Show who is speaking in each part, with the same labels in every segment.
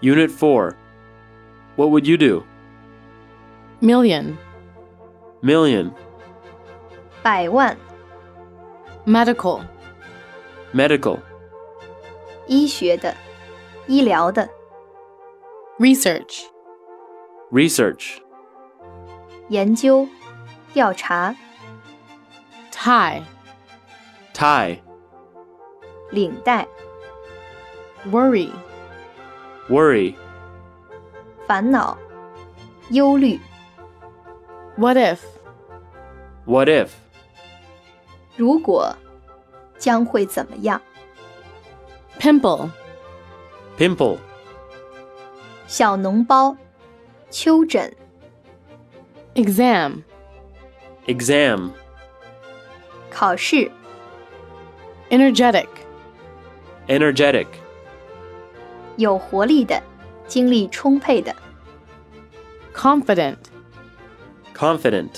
Speaker 1: Unit 4. What would you do?
Speaker 2: million,
Speaker 1: Million.
Speaker 3: 百万、
Speaker 2: medical,
Speaker 1: Medical.
Speaker 3: 医学的、医疗的、
Speaker 2: research,
Speaker 1: Research.
Speaker 3: 研究、调查、
Speaker 2: tie,
Speaker 1: Tie.
Speaker 3: 领带、
Speaker 2: worry,
Speaker 1: Worry.
Speaker 3: 烦恼、忧虑、
Speaker 2: what if,
Speaker 1: What if?
Speaker 3: 如果将会怎么样？
Speaker 2: pimple,
Speaker 1: Pimple.
Speaker 3: 小脓包、丘疹、
Speaker 2: exam,
Speaker 1: Exam.
Speaker 3: 考试、
Speaker 2: energetic,
Speaker 1: Energetic.
Speaker 3: 有活力的、精力充沛的、
Speaker 2: confident,
Speaker 1: Confident.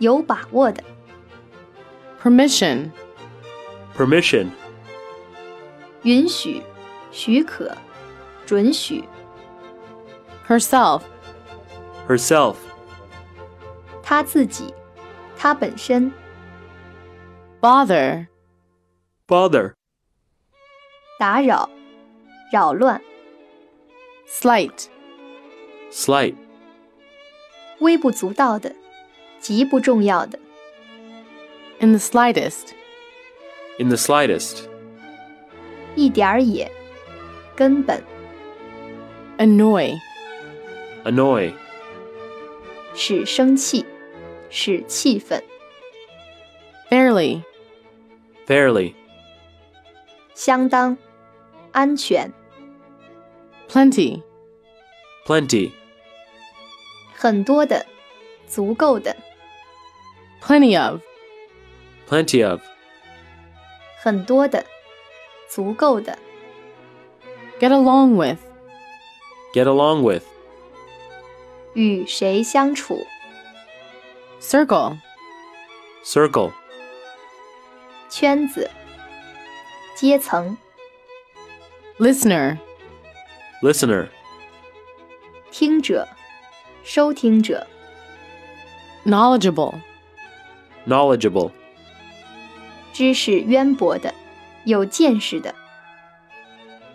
Speaker 3: 有把握的、
Speaker 2: permission,
Speaker 1: Permission.
Speaker 3: 允许、许可、准许、
Speaker 2: herself,
Speaker 1: Herself.
Speaker 3: 他自己、他本身、
Speaker 2: bother,
Speaker 1: Bother.
Speaker 3: 打扰、扰乱、
Speaker 2: slight,
Speaker 1: Slight.
Speaker 3: 微不足道的、极不重要的、
Speaker 2: in the slightest,
Speaker 1: In the slightest.
Speaker 3: 一点儿也、根本、
Speaker 2: annoy,
Speaker 1: Annoy.
Speaker 3: 使生气、使气愤、
Speaker 2: fairly,
Speaker 1: Fairly.
Speaker 3: 相当、安全、
Speaker 2: plenty,
Speaker 1: Plenty.
Speaker 3: 很多的、足够的、
Speaker 2: plenty of,
Speaker 1: Plenty of.
Speaker 3: 很多的、足够的、
Speaker 2: get along with,
Speaker 1: Get along with.
Speaker 3: 与谁相处、
Speaker 2: circle,
Speaker 1: Circle.
Speaker 3: 圈子、阶层、
Speaker 2: listener,
Speaker 1: Listener.
Speaker 3: 听者、收听者、
Speaker 2: knowledgeable,
Speaker 1: Knowledgeable.
Speaker 3: 知识渊博的、有见识的、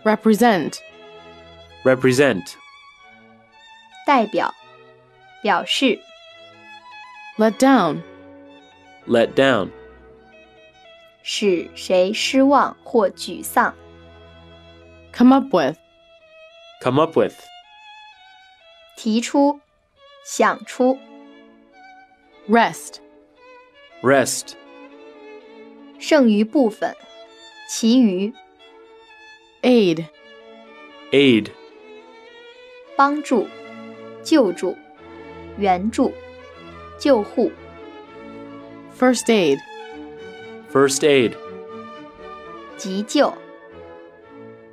Speaker 2: represent,
Speaker 1: Represent.
Speaker 3: 代表、表示、
Speaker 2: let down,
Speaker 1: Let down.
Speaker 3: 使谁失望或沮丧、
Speaker 2: come up with,
Speaker 1: Come up with.
Speaker 3: 提出、想出、
Speaker 2: rest,
Speaker 1: Rest.
Speaker 3: 剩余部分、其余、
Speaker 2: aid,
Speaker 1: Aid.
Speaker 3: 帮助、救助、援助、救护、
Speaker 2: first aid,
Speaker 1: First aid.
Speaker 3: 急救、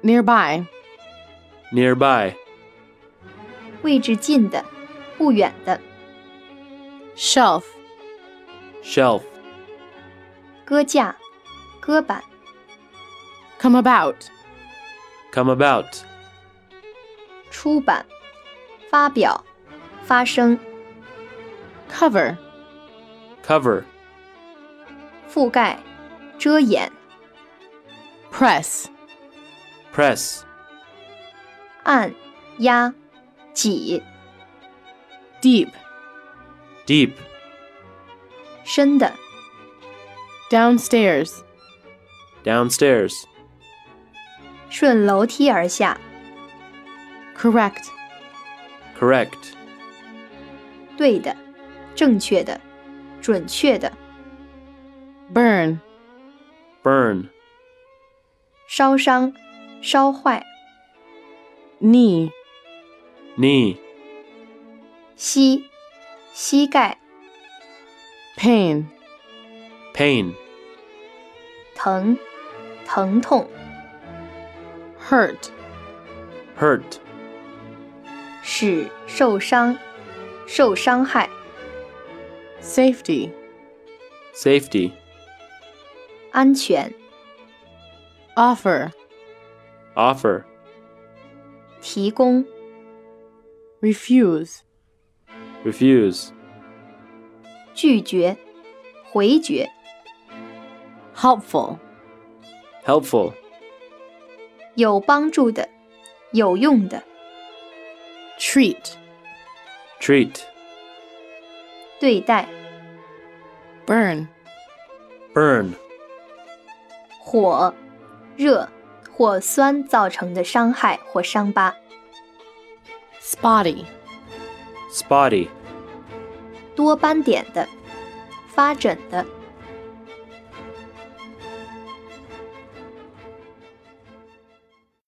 Speaker 2: nearby,
Speaker 1: Nearby.
Speaker 3: 位置近的、不远的、
Speaker 2: shelf,
Speaker 1: Shelf.
Speaker 3: 搁架、搁板、
Speaker 2: come about,
Speaker 1: Come about.
Speaker 3: 出版、发表、发声、
Speaker 2: cover,
Speaker 1: Cover.
Speaker 3: 覆盖、遮掩、
Speaker 2: press,
Speaker 1: Press.
Speaker 3: 按、压、挤、
Speaker 2: deep,
Speaker 1: Deep.
Speaker 3: 深的、
Speaker 2: downstairs,
Speaker 1: Downstairs.
Speaker 3: 顺楼梯而下、
Speaker 2: correct,
Speaker 1: Correct.
Speaker 3: 对的、正确的、准确的、
Speaker 2: burn,
Speaker 1: Burn.
Speaker 3: 烧伤、烧坏、
Speaker 2: knee,
Speaker 1: Knee.
Speaker 3: 膝、膝盖、
Speaker 2: pain,
Speaker 1: Pain.
Speaker 3: 疼、疼痛、
Speaker 2: hurt,
Speaker 1: Hurt.
Speaker 3: 使受伤、受伤害、
Speaker 2: safety,
Speaker 1: Safety.
Speaker 3: 安全、
Speaker 2: offer,
Speaker 1: Offer.
Speaker 3: 提供、
Speaker 2: refuse,
Speaker 1: refuse,
Speaker 3: 拒绝、回绝、
Speaker 2: helpful,
Speaker 1: helpful,
Speaker 3: 有帮助的、有用的、
Speaker 2: treat,
Speaker 1: treat,
Speaker 3: 对待、
Speaker 2: burn,
Speaker 1: burn,
Speaker 3: 火、热或酸造成的伤害或伤疤、
Speaker 2: spotty,
Speaker 1: spotty,
Speaker 3: 多斑点的、发疹的、